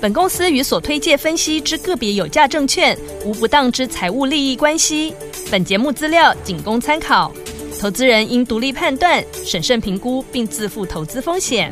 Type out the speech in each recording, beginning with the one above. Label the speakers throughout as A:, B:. A: 本公司与所推介分析之个别有价证券无不当之财务利益关系。本节目资料仅供参考，投资人应独立判断、审慎评估并自负投资风险。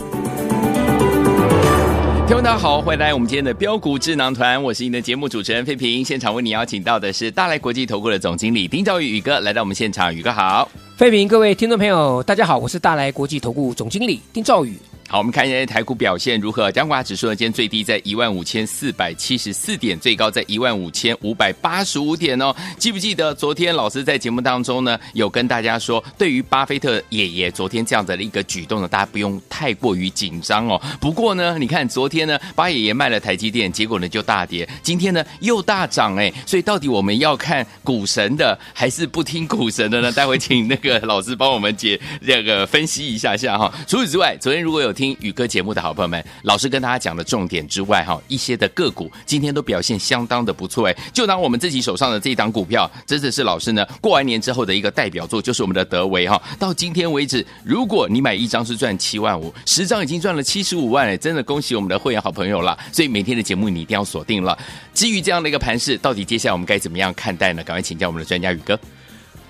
B: 听众大家好，欢迎来我们今天的标股智囊团，我是您的节目主持人费平。现场为你邀请到的是大来国际投顾的总经理丁兆宇宇哥来到我们现场，宇哥好。
C: 费平，各位听众朋友，大家好，我是大来国际投顾总经理丁兆宇。
B: 好，我们看一下台股表现如何。加权指数呢，今天最低在一万五千四百七十四点，最高在一万五千五百八十五点哦。记不记得昨天老师在节目当中呢，有跟大家说，对于巴菲特爷爷昨天这样子的一个举动呢，大家不用太过于紧张哦。不过呢，你看昨天呢，巴爷爷卖了台积电，结果呢就大跌，今天呢又大涨哎。所以到底我们要看股神的，还是不听股神的呢？待会请那个老师帮我们解 这个分析一下下哈、哦。除此之外，昨天如果有听宇哥节目的好朋友们，老师跟大家讲的重点之外，哈，一些的个股今天都表现相当的不错，哎，就拿我们自己手上的这一档股票，真的是老师呢过完年之后的一个代表作，就是我们的德维哈。到今天为止，如果你买一张是赚七万五，十张已经赚了七十五万，哎，真的恭喜我们的会员好朋友啦！所以每天的节目你一定要锁定了。基于这样的一个盘势，到底接下来我们该怎么样看待呢？赶快请教我们的专家宇哥。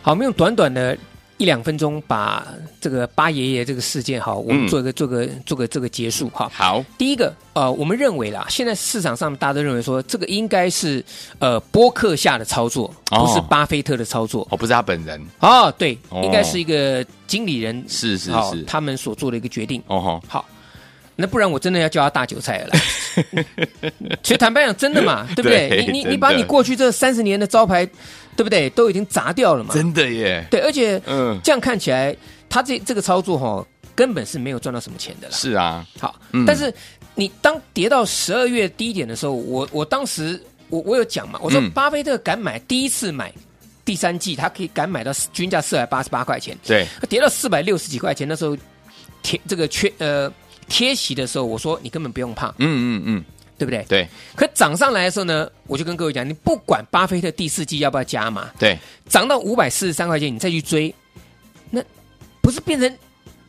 C: 好，我们用短短的一两分钟把这个八爷爷这个事件哈，我们
B: 嗯
C: 做一个、做个做个这个结束哈。
B: 好，
C: 第一个，呃，我们认为啦，现在市场上大家都认为说，这个应该是呃波克夏的操作，
B: 哦
C: 不是巴菲特的操作。
B: 我不是他本人，
C: 哦，对，
B: 哦
C: 应该是一个经理人
B: 是是
C: 好
B: 是，
C: 他们所做的一个决定。
B: 哦吼，
C: 好，那不然我真的要叫他大韭菜了 啦。其实坦白讲，真的嘛，对不对？
B: 对
C: 你
B: 真
C: 你
B: 的
C: 你把你过去这三十年的招牌，对不对，都已经砸掉了嘛？
B: 真的耶，
C: 对，而且
B: 嗯，
C: 这样看起来，他这这个操作哈、根本是没有赚到什么钱的啦。
B: 是啊，
C: 好，
B: 嗯
C: 但是你当跌到十二月低点的时候，我我当时我我有讲嘛，我说
B: 嗯
C: 巴菲特敢买第一次买第三季，他可以敢买到均价四百八十八块钱，
B: 对，
C: 跌到四百六十几块钱，那时候贴这个缺呃贴息的时候，我说你根本不用怕，
B: 嗯嗯嗯，
C: 对不对？
B: 对
C: 可涨上来的时候呢，我就跟各位讲，你不管巴菲特第四季要不要加码，
B: 对，
C: 涨到五百四十三块钱，你再去追，那不是变成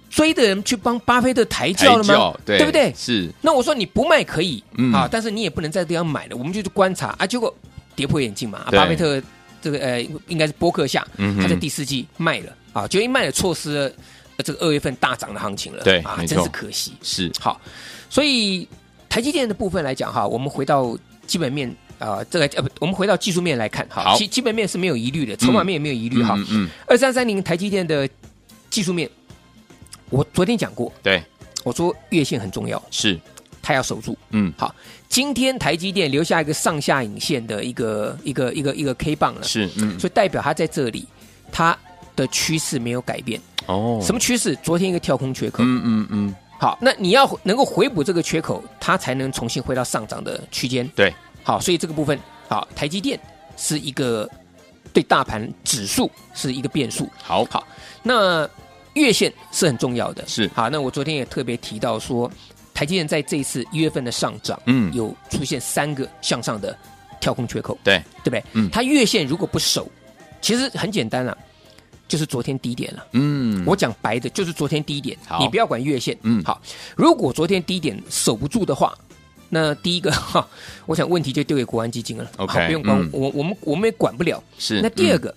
C: 追的人去帮巴菲特抬轿了吗
B: 轿？对，
C: 不对？
B: 是，
C: 那我说你不卖可以、
B: 嗯
C: 啊，但是你也不能在这样买了，我们就去观察啊，结果跌破眼镜嘛，啊
B: 对
C: 巴菲特这个呃应该是波克夏，
B: 嗯哼
C: 他在第四季卖了啊，就一卖了错失了呃这个二月份大涨的行情了，
B: 对
C: 啊
B: 没，错
C: 真是可惜。
B: 是，
C: 好，所以台积电的部分来讲哈，我们回到基本面啊、呃这个呃不，我们回到技术面来看哈
B: 好，
C: 基基本面是没有疑虑的，筹码面也没有疑虑哈。
B: 嗯嗯，
C: 二三三零台积电的技术面，我昨天讲过，
B: 对，
C: 我说月线很重要，
B: 是，
C: 它要守住。
B: 嗯，
C: 好，今天台积电留下一个上下影线的一个一个一个一个 K 棒了，
B: 是，嗯，
C: 所以代表它在这里，它的趋势没有改变。
B: 哦，
C: 什么趋势？昨天一个跳空缺口，
B: 嗯嗯嗯，
C: 好，那你要能够回补这个缺口，它才能重新回到上涨的区间。
B: 对，
C: 好，所以这个部分，好，台积电是一个对大盘指数是一个变数。
B: 好，
C: 好，那月线是很重要的。
B: 是
C: 好，那我昨天也特别提到说，台积电在这一次一月份的上涨，
B: 嗯
C: 有出现三个向上的跳空缺口，
B: 对，
C: 对不对？
B: 嗯
C: 它月线如果不守，其实很简单啊，就是昨天低点了。
B: 嗯，
C: 我讲白的，就是昨天低点
B: 好，
C: 你不要管月线。
B: 嗯
C: 好，如果昨天低点守不住的话，那第一个 哈，我想问题就丢给国安基金了。
B: OK，
C: 好不用管、
B: 嗯
C: 我，我们我们也管不了。
B: 是，嗯
C: 那第二
B: 个，
C: 个，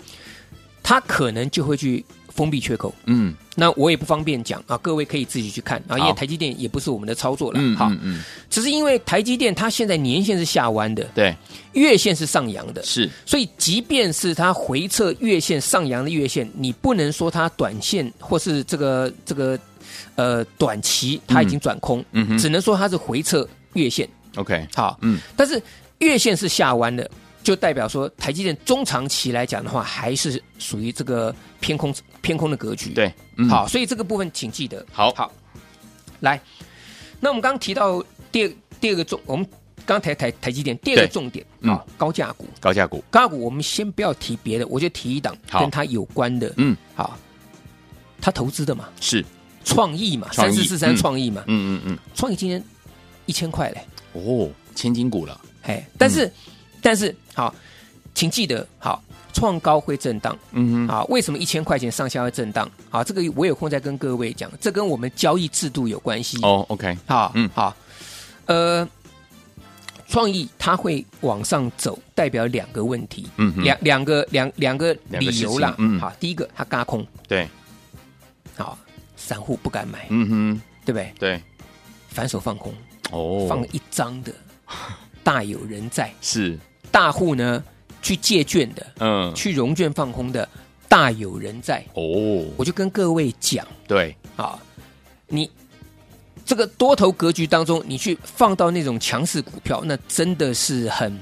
C: 他可能就会去封闭缺口。
B: 嗯，
C: 那我也不方便讲啊，各位可以自己去看啊，因
B: 好
C: 为台积电也不是我们的操作了。
B: 嗯，
C: 好，
B: 嗯嗯，
C: 只是因为台积电它现在年线是下弯的，
B: 对，
C: 月线是上扬的，
B: 是，
C: 所以，即便是它回撤月线上扬的月线，你不能说它短线或是这个这个呃短期它已经转空，
B: 嗯哼
C: 只能说它是回撤月线。
B: ，OK，
C: 好，
B: 嗯，
C: 但是月线是下弯的，就代表说台积电中长期来讲的话，还是属于这个偏空偏空的格局。，
B: 对，嗯，
C: 好，所以这个部分请记得。
B: 好
C: 好，来，那我们刚刚提到第二第二个重，我们刚台台台积电，第二个
B: 对
C: 重点
B: 嗯
C: 啊，高价股，
B: 高价股，
C: 高价股我们先不要提别的，我就提一档
B: 好
C: 跟它有关的，
B: 嗯，
C: 好，他投资的嘛，
B: 是，
C: 创意嘛，
B: 创
C: 三
B: 意
C: 四四三
B: 嗯
C: 创意嘛，
B: 嗯嗯
C: 创意今天一千块嘞，
B: 嗯，哦，千金股了，
C: 哎，但
B: 嗯
C: 是、但是好，请记得好，创高会震荡
B: 嗯哼，
C: 啊，为什么一千块钱上下会震荡啊？这个我有空再跟各位讲，这跟我们交易制度有关系
B: 哦，OK，
C: 好，
B: 嗯
C: 嗯，好，呃，创意它会往上走，代表两个问题，
B: 嗯哼
C: 两两个两两个
B: 两个
C: 理
B: 事
C: 由
B: 情
C: 啦，
B: 嗯
C: 好，第一个它嘎空，
B: 对，
C: 好，散户不敢买，
B: 嗯哼，
C: 对不对？
B: 对，
C: 反手放空，
B: 哦，
C: 放了一张的，大有人在，
B: 是，
C: 大户呢去借券的，
B: 嗯，
C: 去融券放空的，大有人在，
B: 哦，
C: 我就跟各位讲
B: 对，
C: 啊，你。这个多头格局当中，你去放到那种强势股票，那真的是很、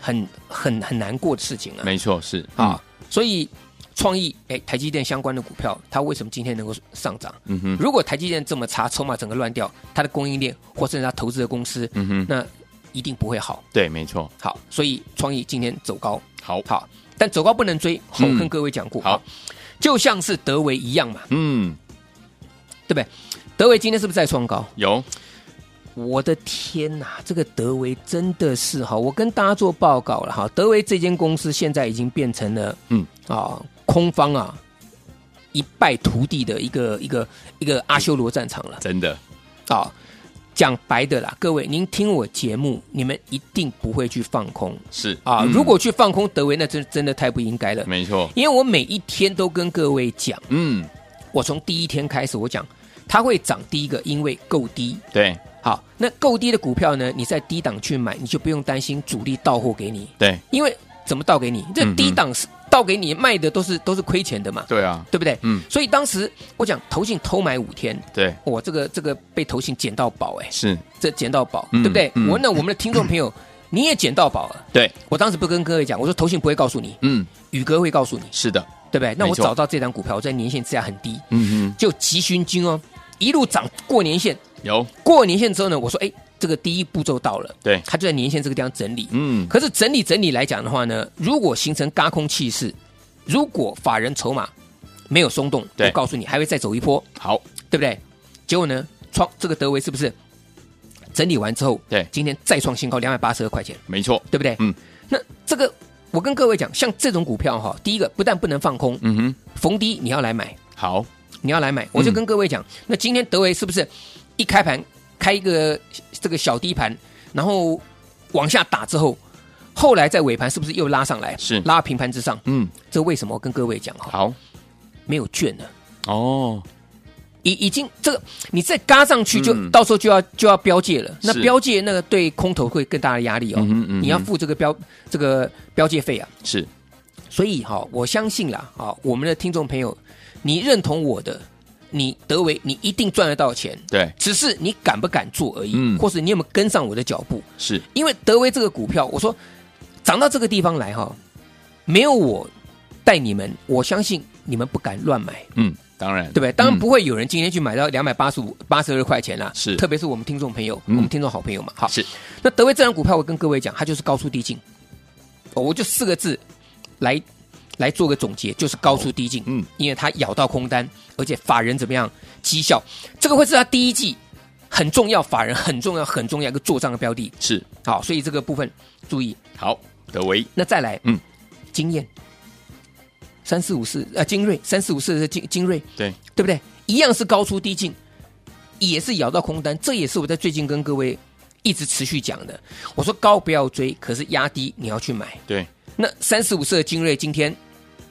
C: 很、很、很难过的事情啊！
B: 没错，是
C: 啊，，所以创意，哎，台积电相关的股票，它为什么今天能够上涨？
B: 嗯哼，
C: 如果台积电这么差，筹码整个乱掉，它的供应链或甚至它投资的公司，
B: 嗯哼，
C: 那一定不会好。
B: 对，没错，
C: 好，所以创意今天走高，
B: 好，
C: 好，但走高不能追，我
B: 嗯
C: 跟各位讲过，啊
B: 好，
C: 就像是德维一样嘛，
B: 嗯，
C: 对不对？德维今天是不是再创高？
B: 有，
C: 我的天呐，这个德维真的是哈，我跟大家做报告了哈，德维这间公司现在已经变成了
B: 嗯
C: 啊、空方啊一败涂地的一个一个一个阿修罗战场了
B: 真的，
C: 啊、讲白的啦，各位，您听我节目，你们一定不会去放空
B: 是
C: 啊。
B: 嗯
C: 如果去放空德维，那真真的太不应该了。
B: 没错，
C: 因为我每一天都跟各位讲，
B: 嗯，
C: 我从第一天开始，我讲它会涨。第一个，因为够低，
B: 对，
C: 好，那够低的股票呢，你在低档去买，你就不用担心主力到货给你，
B: 对，
C: 因为怎么到给你？这
B: 嗯哼
C: 低档是到给你卖的都是都是亏钱的嘛，
B: 对啊，
C: 对不对？
B: 嗯，
C: 所以当时我讲投信偷买五天，
B: 对，
C: 我这个这个被投信捡到宝哎、
B: 是，
C: 这捡到宝，
B: 嗯
C: 对不对？
B: 嗯
C: 我那我们的听众 朋友你也捡到宝了，
B: 对，
C: 我当时不跟各位讲，我说投信不会告诉你，
B: 嗯，
C: 宇哥会告诉你，
B: 是的，
C: 对不对？那
B: 没
C: 我
B: 错
C: 找到这档股票，我在年线之下很低，
B: 嗯
C: 就急寻金哦，一路涨过年线，
B: 哼，有，
C: 过年线之后呢，我说哎，这个第一步骤到了，
B: 对，
C: 它就在年线这个地方整理。
B: 嗯，
C: 可是整理整理来讲的话呢，如果形成嘎空气势，如果法人筹码没有松动，
B: 对
C: 我告诉你还会再走一波，
B: 好，
C: 对不对？结果呢，创这个德维是不是整理完之后，
B: 对
C: 今天再创新高两百八十二块钱，
B: 没错，
C: 对不对？
B: 嗯，
C: 那这个我跟各位讲，像这种股票哈，第一个不但不能放空，
B: 嗯哼，
C: 逢低你要来买，
B: 好，
C: 你要来买，我就
B: 嗯
C: 跟各位讲，那今天德维是不是一开盘开一个这个小低盘，然后往下打之后，后来在尾盘是不是又拉上来？
B: 是
C: 拉平盘之上，
B: 嗯，
C: 这为什么？我跟各位讲哈，
B: 好，
C: 没有券了。
B: 哦，
C: 已已经这个，你再嘎上去就、
B: 嗯
C: 到时候就要就要标界了。那
B: 是
C: 标界那个对空头会更大的压力哦，
B: 嗯哼嗯哼
C: 你要付这个标这个标界费啊。
B: 是，
C: 所以哈、我相信啦，啊、我们的听众朋友，你认同我的，你德维你一定赚得到钱，
B: 对，
C: 只是你敢不敢做而已，
B: 嗯
C: 或是你有没有跟上我的脚步？
B: 是，
C: 因为德威这个股票，我说涨到这个地方来哈，没有我带你们，我相信你们不敢乱买，
B: 嗯，当然，
C: 对不对？当然
B: 嗯
C: 不会有人今天去买到两百八十五、八十二块钱啦、啊
B: 是
C: 特别是我们听众朋友，
B: 嗯
C: 我们听众好朋友嘛，好，
B: 是，
C: 那德威这张股票，我跟各位讲，它就是高出低进，哦我就四个字来来做个总结，就是高出低进。
B: 嗯
C: 嗯，因为它咬到空单，而且法人怎么样绩效，这个会是它第一季很重要，法人 很重要很重要一个做账的标的。
B: 是，
C: 好，所以这个部分注意。
B: 好，德维，
C: 那再来，
B: 嗯
C: 嗯，经验三四五四啊，精锐三四五四是精精锐，
B: 对，
C: 对不对？一样是高出低进，也是咬到空单，这也是我在最近跟各位一直持续讲的。我说高不要追，可是压低你要去买。
B: 对，
C: 那三十五色的精锐今天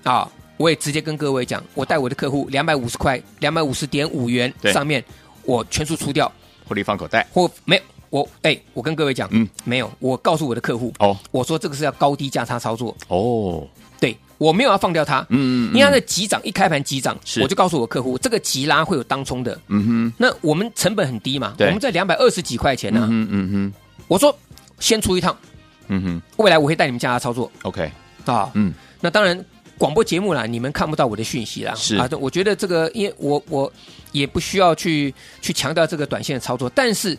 C: 啊，我也直接跟各位讲，我带我的客户两百五十块，两百五十点五元
B: 对
C: 上面我全数出掉，
B: 获利放口袋，
C: 或没有我哎，我跟各位讲，
B: 嗯
C: 嗯，没有，我告诉我的客户，
B: 哦，
C: 我说这个是要高低价差操作，
B: 哦，
C: 对我没有要放掉它，
B: 嗯
C: 因为它的急涨一开盘急涨
B: 是，
C: 我就告诉我客户，这个急拉会有当冲的。
B: 嗯哼，
C: 那我们成本很低嘛，我
B: 对
C: 们在两百二十几块钱呢、
B: 嗯哼，嗯哼，
C: 我说先出一趟，
B: 嗯哼
C: 未来我会带你们加他操作
B: ，OK，
C: 啊。
B: 嗯，
C: 那当然，广播节目啦，你们看不到我的讯息啦。
B: 是
C: 啊，我觉得这个，因为我我也不需要去去强调这个短线的操作，但是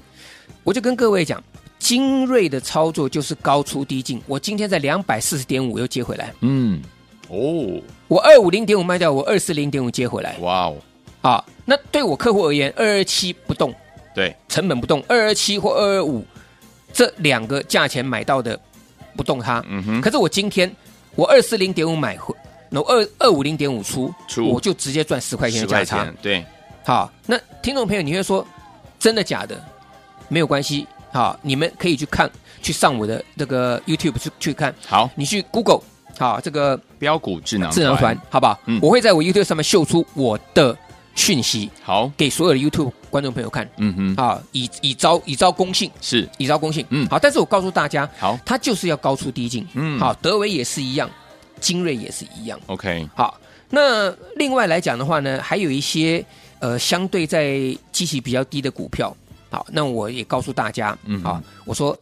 C: 我就跟各位讲，精锐的操作就是高出低进。我今天在两百四十点五又接回来，
B: 嗯，哦，
C: 我二五零点五卖掉，我二四零点五接回来
B: 哇哦，
C: 啊。那对我客户而言，二二七不动，
B: 对，
C: 成本不动，二二七或二二五这两个价钱买到的不动它。
B: 嗯哼，
C: 可是我今天我二四零点五买回，那二二五零点五出，
B: 出
C: 我就直接赚十块钱的
B: 10
C: 价差。，
B: 对，
C: 好，那听众朋友，你会说真的假的？没有关系，好，你们可以去看，去上我的这个 YouTube 去去看，
B: 好，
C: 你去 Google 好这个
B: 标股智囊
C: 智能团，好不好？
B: 嗯
C: 我会在我 YouTube 上面秀出我的讯息
B: 好，
C: 给所有的 YouTube 观众朋友看，
B: 嗯哼，
C: 啊，以以招以招公信，
B: 是，
C: 以招公信，
B: 嗯
C: 好，但是我告诉大家，
B: 好
C: 它就是要高出低进，
B: 嗯
C: 好，德维也是一样，精锐也是一样。
B: ，OK，
C: 好，那另外来讲的话呢，还有一些呃相对在基期比较低的股票，好，那我也告诉大家，
B: 嗯
C: 好，我说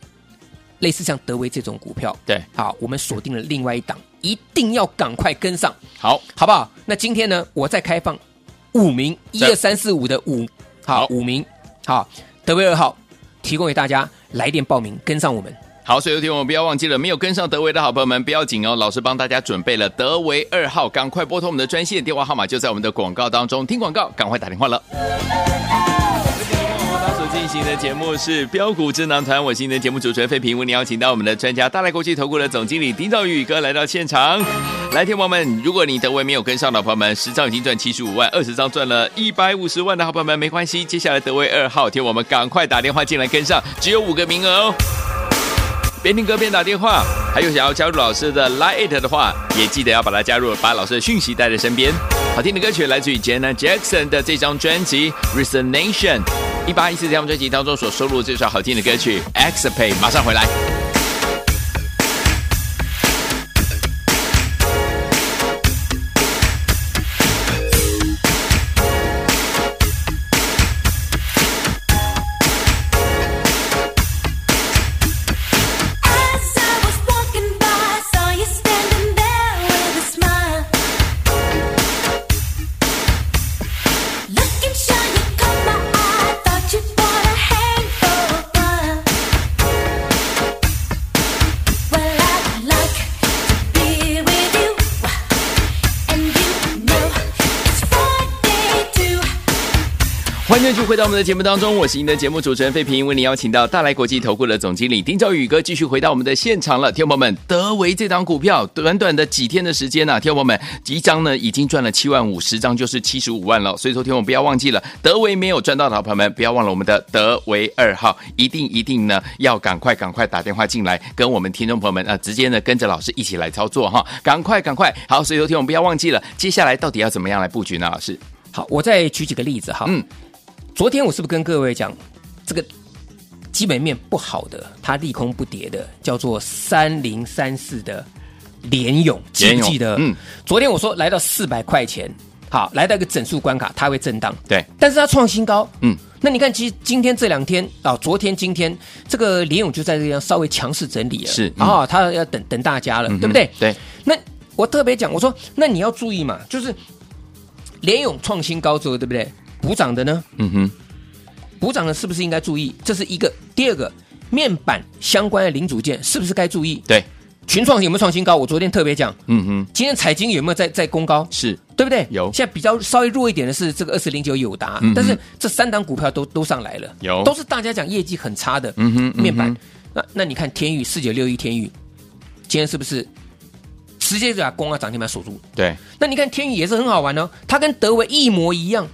C: 类似像德维这种股票，
B: 对，
C: 好，我们锁定了另外一档，一定要赶快跟上，
B: 好，
C: 好不好？那今天呢，我再开放五名一
B: 对
C: 二三四五的五，好
B: 好，
C: 五名，好，德维二号提供给大家来电报名，跟上我们。
B: 好，所以有天我们不要忘记了，没有跟上德维的好朋友们不要紧哦，老师帮大家准备了德维二号，赶快拨通我们的专线电话号码，就在我们的广告当中，听广告赶快打电话了。我们所进行的节目是标股智囊团，我是你的节目主持人费平，为您邀请到我们的专家大来国际投顾的总经理丁兆宇宇哥来到现场。来，天王们，如果你德维没有跟上的朋友们，十张已经赚七十五万，二十张赚了一百五十万的好朋友们，没关系，接下来德维二号，天王们赶快打电话进来跟上，只有五个名额哦。边听歌边打电话，还有想要加入老师的 Line It 的话，也记得要把它加入，把老师的讯息带在身边。好听的歌曲来自于 Jenna Jackson 的这张专辑《Resonation》，一八一四这张专辑当中所收录的这首好听的歌曲《x p a y 马上回来。
D: As I was walking by, I saw you standing there with a smile. Looking shy, you caught my eye. Thought you wanna hang for a while. Well, I'd like to be with you, and you know it's Friday too.
B: 欢迎继续回到我们的节目当中，我是您的节目主持人费平，为您邀请到大来国际投顾的总经理丁兆宇哥继续回到我们的现场了。天友们，德维这档股票，短短的几天的时间呢、啊，天友们一张呢已经赚了七万五，十张就是七十五万了。所以说，天友们不要忘记了，德维没有赚到的好朋友们，不要忘了我们的德维二号，一定一定呢要赶快赶快打电话进来，跟我们听众朋友们啊、呃直接呢跟着老师一起来操作哈，赶快赶快。好，所以说，天友们不要忘记了，接下来到底要怎么样来布局呢？老师，
C: 好，我再举几个例子哈。
B: 嗯，
C: 昨天我是不是跟各位讲，这个基本面不好的，它利空不跌的，叫做三零三四的联勇，记
B: 联
C: 不
B: 咏
C: 记得？
B: 嗯，
C: 昨天我说来到四百块钱，好，来到一个整数关卡，它会震荡，
B: 对，
C: 但是它创新高，
B: 嗯。
C: 那你看，其实今天这两天啊、昨天、今天，这个联勇就在这样稍微强势整理了，
B: 是嗯
C: 啊、它要等等大家了，
B: 嗯哼
C: 对不对？
B: 对。
C: 那我特别讲，我说那你要注意嘛，就是联勇创新高之后，对不对？补涨的呢？
B: 嗯哼，
C: 补涨的是不是应该注意？这是一个。第二个，面板相关的零组件是不是该注意？
B: 对，
C: 群创有没有创新高？我昨天特别讲，
B: 嗯哼，
C: 今天彩晶有没有在在攻高？
B: 是。
C: 对不对？
B: 有
C: 现在比较稍微弱一点的是这个二四零九友达，
B: 嗯嗯
C: 但是这三档股票都都上来了，
B: 有
C: 都是大家讲业绩很差的，
B: 嗯哼嗯哼
C: 面板。那那你看天宇四九六一天宇，今天是不是直接就把光啊涨停板锁住？
B: 对，
C: 那你看天宇也是很好玩哦，它跟德维一模一样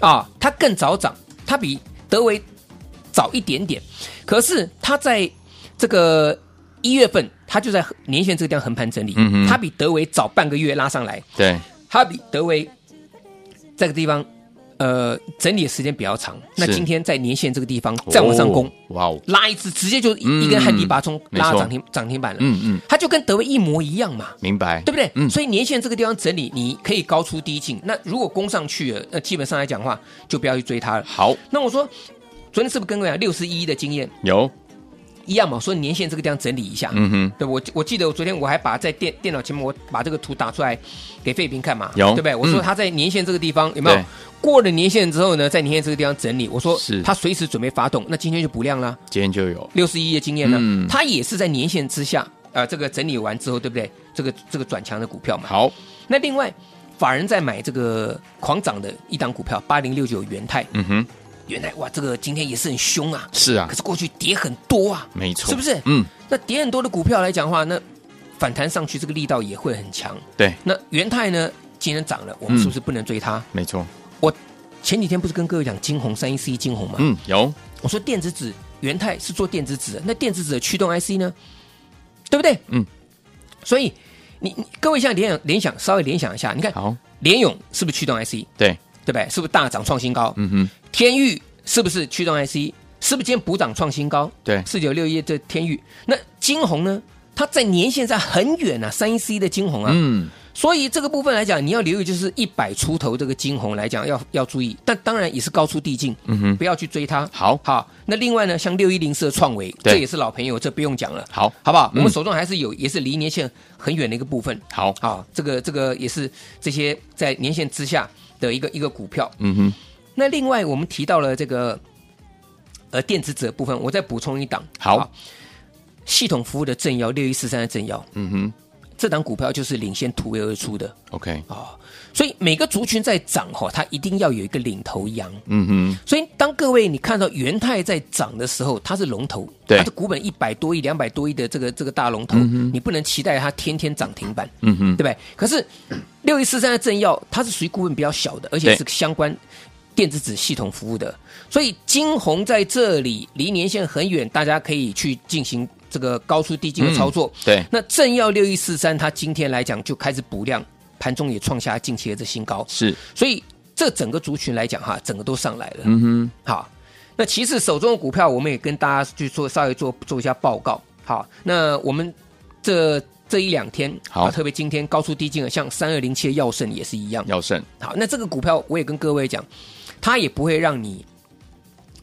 C: 啊，它更早涨，它比德维早一点点，可是它在这个一月份，它就在年线这个地方横盘整理，
B: 嗯哼
C: 它比德维早半个月拉上来，
B: 对，
C: 哈比德维这个地方，呃，整理的时间比较长。那今天在年线这个地方再往上攻，
B: 哦，哇哦，
C: 拉一次，直接就
B: 嗯
C: 一一根旱地拔葱，
B: 没错
C: 拉涨停涨停板了。
B: 嗯嗯，
C: 它就跟德维一模一样嘛，
B: 明白，
C: 对不对？
B: 嗯，
C: 所以年线这个地方整理，你可以高出低进。那如果攻上去了，那基本上来讲的话，就不要去追它了。
B: 好，
C: 那我说，昨天是不是跟各位讲六十一的经验？
B: 有，
C: 一样嘛，说年线这个地方整理一下。
B: 嗯哼，
C: 对，我我记得我昨天我还把在电电脑前面我把这个图打出来给费平看嘛，
B: 有
C: 对不对？我说
B: 嗯
C: 他在年线这个地方有没有
B: 对
C: 过了年线之后呢，在年线这个地方整理，我说
B: 是
C: 他随时准备发动，那今天就不亮了，
B: 今天就有，
C: 六十一的经验呢，
B: 嗯
C: 它也是在年线之下，呃，这个整理完之后，对不对？这个这个转强的股票嘛。
B: 好，
C: 那另外法人在买这个狂涨的一档股票八零六九元泰，
B: 嗯哼，
C: 元泰哇，这个今天也是很凶啊，
B: 是啊
C: 可，是过去跌很多啊，
B: 没错，
C: 是不是？
B: 嗯，
C: 那跌很多的股票来讲的话，那反弹上去这个力道也会很强。
B: 对，
C: 那元泰呢，今天涨了，我们
B: 嗯
C: 是不是不能追它？
B: 没错，
C: 我前几天不是跟各位讲金红三一四一金红吗？
B: 嗯，有，
C: 我说电子纸元泰是做电子纸的，那电子纸的驱动 IC 呢？对不对？
B: 嗯。
C: 所以你你各位现在联想联想稍微联想一下，你看
B: 好，
C: 联勇是不是驱动 IC？对
B: 对，
C: 不对？是不是大涨创新高？
B: 嗯哼，
C: 天域是不是驱动 IC？是不是今天补涨创新高？
B: 对
C: 四九六一这天域，那金红呢？它在年线在很远啊，三一 C 的金红啊，
B: 嗯，
C: 所以这个部分来讲，你要留意就是一百出头这个金红来讲要要注意，但当然也是高出递进，
B: 嗯哼
C: 不要去追它。
B: 好
C: 好，那另外呢，像六一零四的创维，
B: 对
C: 这也是老朋友，这不用讲了，
B: 好
C: 好不好？
B: 嗯哦
C: 我们手中还是有，也是离年线很远的一个部分。
B: 好，
C: 好，这个这个也是这些在年线之下的一个一个股票。
B: 嗯哼，
C: 那另外我们提到了这个呃电子纸的部分，我再补充一档。
B: 好
C: 系统服务的正幺六一四三的正幺，
B: 嗯哼
C: 这档股票就是领先突围而出的
B: ，OK，
C: 哦。所以每个族群在涨哈，它一定要有一个领头羊。
B: 嗯哼，
C: 所以当各位你看到元泰在涨的时候，它是龙头，
B: 对
C: 它的股本一百多亿、两百多亿的这个这个大龙头，你不能期待它天天涨停板。
B: 嗯哼，
C: 对不对？可是六一四三的政要，它是属于股本比较小的，而且是
B: 对
C: 相关电子纸系统服务的，所以金红在这里离年限很远，大家可以去进行这个高出低进的操作。
B: 嗯对
C: 那政要六一四三，它今天来讲就开始补量，盘中也创下近期的这新高，
B: 是，
C: 所以这整个族群来讲哈，整个都上来了。
B: 嗯哼，
C: 好，那其次手中的股票，我们也跟大家去做稍微做做一下报告。好，那我们这这一两天，
B: 好
C: 啊特别今天高出低进了，像三二零七的药盛也是一样。
B: 要胜，
C: 好，那这个股票我也跟各位讲，它也不会让你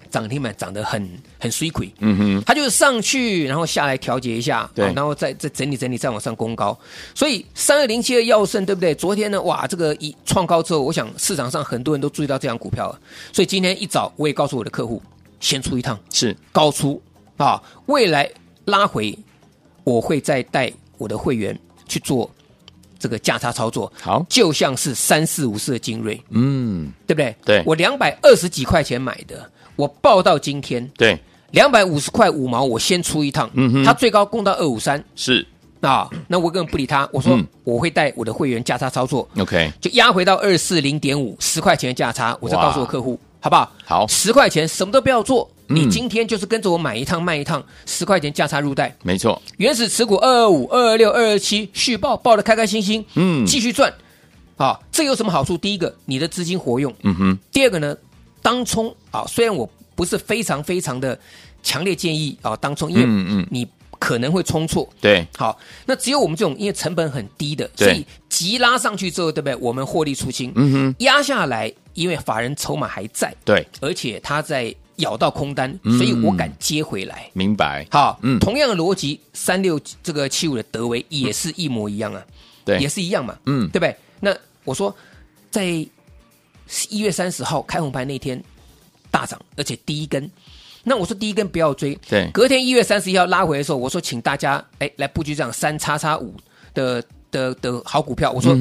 C: 涨停板涨得很很衰亏。
B: 嗯哼，
C: 它就是上去，然后下来调节一下，
B: 对
C: 啊然后再再整理整理，再往上攻高。所以三二零七的药盛，对不对？昨天呢，哇，这个一创高之后，我想市场上很多人都注意到这张股票了。所以今天一早，我也告诉我的客户，先出一趟
B: 是，
C: 高出啊，未来拉回，我会再带我的会员去做这个价差操作，
B: 好，
C: 就像是三四五四的精锐，
B: 嗯，
C: 对不对？
B: 对
C: 我两百二十几块钱买的，我报到今天，
B: 对，
C: 两百五十块五毛，我先出一趟，
B: 嗯哼
C: 它最高供到二五三
B: 是
C: 啊，那我根本不理他，我说
B: 嗯
C: 我会带我的会员价差操作，
B: ，OK，
C: 就压回到二四零点五，十块钱的价差，我再
B: 哇
C: 告诉我客户，好不好？
B: 好
C: 十块钱什么都不要做，
B: 嗯
C: 你今天就是跟着我买一趟卖一趟，十块钱价差入袋，
B: 没错，
C: 原始持股二二五、二二六、二二七续报，报的开开心心，
B: 嗯
C: 继续赚，啊，这有什么好处？第一个，你的资金活用，
B: 嗯哼，
C: 第二个呢，当冲啊，虽然我不是非常非常的强烈建议啊当冲，因
B: 嗯
C: 为
B: 嗯
C: 你可能会冲错。
B: 对，
C: 好，那只有我们这种，因为成本很低的，
B: 对
C: 所以急拉上去之后，对不对？我们获利出清，
B: 嗯哼，
C: 压下来，因为法人筹码还在，
B: 对，
C: 而且他在咬到空单，
B: 嗯
C: 所以我敢接回来。
B: 明白，
C: 好，
B: 嗯
C: 同样的逻辑，三六这个七五的德维也是一模一样啊，
B: 对，
C: 也是一样嘛，
B: 嗯
C: 对不对？那我说，在一月三十号开红盘那天大涨，而且第一根，那我说第一根不要追，
B: 对
C: 隔天一月三十一号拉回的时候，我说请大家哎来布局这样三叉叉五的的的好股票，我说。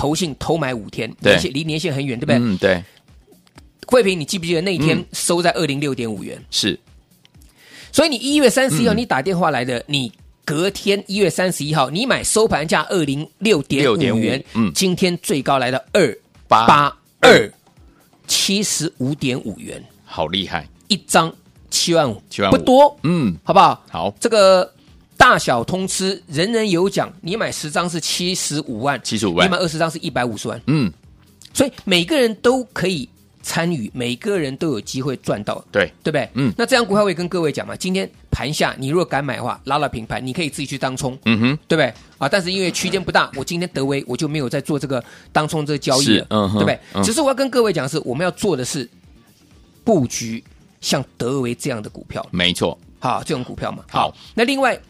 C: 投信投买五天，
B: 嗯对
C: 年限离年限很远，对不对？
B: 嗯，对，
C: 慧萍，你记不记得那一天
B: 嗯
C: 收在二零六点五元？
B: 是，
C: 所以你一月三十一号
B: 嗯
C: 你打电话来的，你隔天一月三十一号你买收盘价二零六点五
B: 6.5
C: 元，
B: 嗯
C: 今天最高来到二
B: 八
C: 八二七十五点五元
B: 好厉害，
C: 一张，七万五，
B: 75,000
C: 不多，
B: 嗯，
C: 好不好？
B: 好，
C: 这个大小通吃，人人有奖，你买十张是七十五万，
B: 75万
C: 你买二十张是一百五十万，
B: 嗯，
C: 所以每个人都可以参与，每个人都有机会赚到。
B: 对，
C: 对不对？
B: 嗯
C: 那这样股票我也跟各位讲嘛，今天盘下你如果敢买的话，拉了平盘，你可以自己去当冲，
B: 嗯哼，
C: 对不对？啊，但是因为区间不大，我今天德威我就没有在做这个当冲这个交易
B: 是
C: 了，
B: 嗯哼
C: 对不对？
B: 嗯
C: 只是我要跟各位讲的是，我们要做的是布局像德威这样的股票，
B: 没错，
C: 好，这种股票嘛。
B: 好，
C: 那另外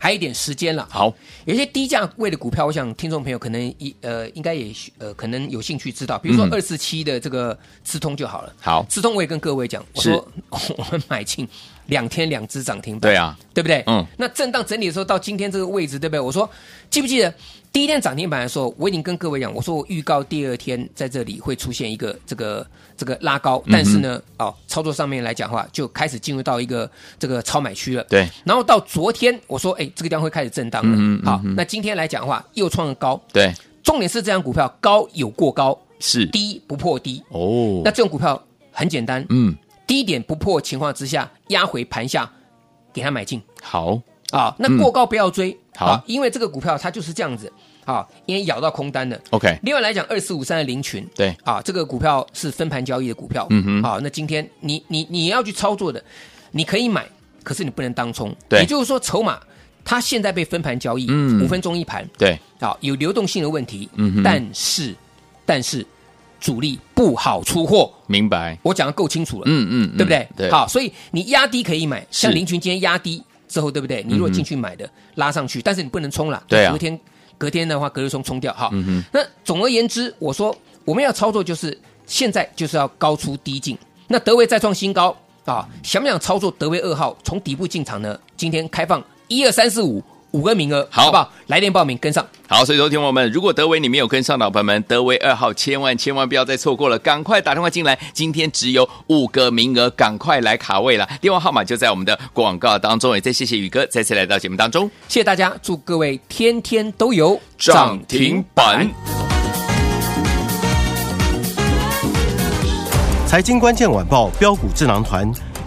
C: 还有一点时间了，
B: 好，
C: 有一些低价位的股票，我想听众朋友可能一呃应该也许呃可能有兴趣知道，比如说
B: 嗯
C: 二四七的这个资通就好了。
B: 好
C: 资通我也跟各位讲，我
B: 是
C: 说 我们买进两天两只涨停板，
B: 对啊，
C: 对不对？
B: 嗯
C: 那震荡整理的时候到今天这个位置，对不对？我说记不记得第一天涨停板的时候，我已经跟各位讲，我说我预告第二天在这里会出现一个这个这个拉高，
B: 嗯
C: 但是呢，哦，操作上面来讲的话，就开始进入到一个这个超买区了。
B: 对，
C: 然后到昨天我说，哎，这个地方会开始震荡了。
B: 嗯哼
C: 好，
B: 嗯哼
C: 那今天来讲的话又创了高，
B: 对，
C: 重点是这张股票高有过高，
B: 是
C: 低不破低。
B: 哦
C: 那这种股票很简单，
B: 嗯，
C: 低点不破情况之下压回盘下，给它买进。
B: 好，
C: 啊，那过高不要追，
B: 嗯好
C: 啊因为这个股票它就是这样子，啊，因为咬到空单了。
B: OK，
C: 另外来讲，二四五三的林群，
B: 对
C: 啊，这个股票是分盘交易的股票，
B: 嗯哼
C: 好，那今天你你你要去操作的，你可以买，可是你不能当冲，
B: 对
C: 也就是说筹码它现在被分盘交易，
B: 嗯
C: 五分钟一盘，
B: 对，
C: 啊，有流动性的问题，
B: 嗯哼
C: 但是但是主力不好出货，
B: 明白，
C: 我讲的够清楚了，
B: 嗯嗯，嗯
C: 对不对？
B: 对，，
C: 好，所以你压低可以买，像
B: 是嗯
C: 林群今天压低之后，对不对？你如果进去买的、拉上去，但是你不能冲了，
B: 对啊
C: 隔天隔天的话，隔日冲冲掉，好。
B: 嗯哼，
C: 那总而言之，我说我们要操作就是现在就是要高出低进。那德威再创新高啊，想不想操作德威二号从底部进场呢？今天开放一二三四五五个名额，
B: 好
C: 不好？来电报名跟上。
B: 好，所以昨天我们，如果德维你没有跟上的好朋友们，德维二号千万千万不要再错过了，赶快打电话进来，今天只有五个名额，赶快来卡位了，电话号码就在我们的广告当中，也再谢谢宇哥再次来到节目当中，
C: 谢谢大家，祝各位天天都有。
E: 财经关键晚报标股智囊团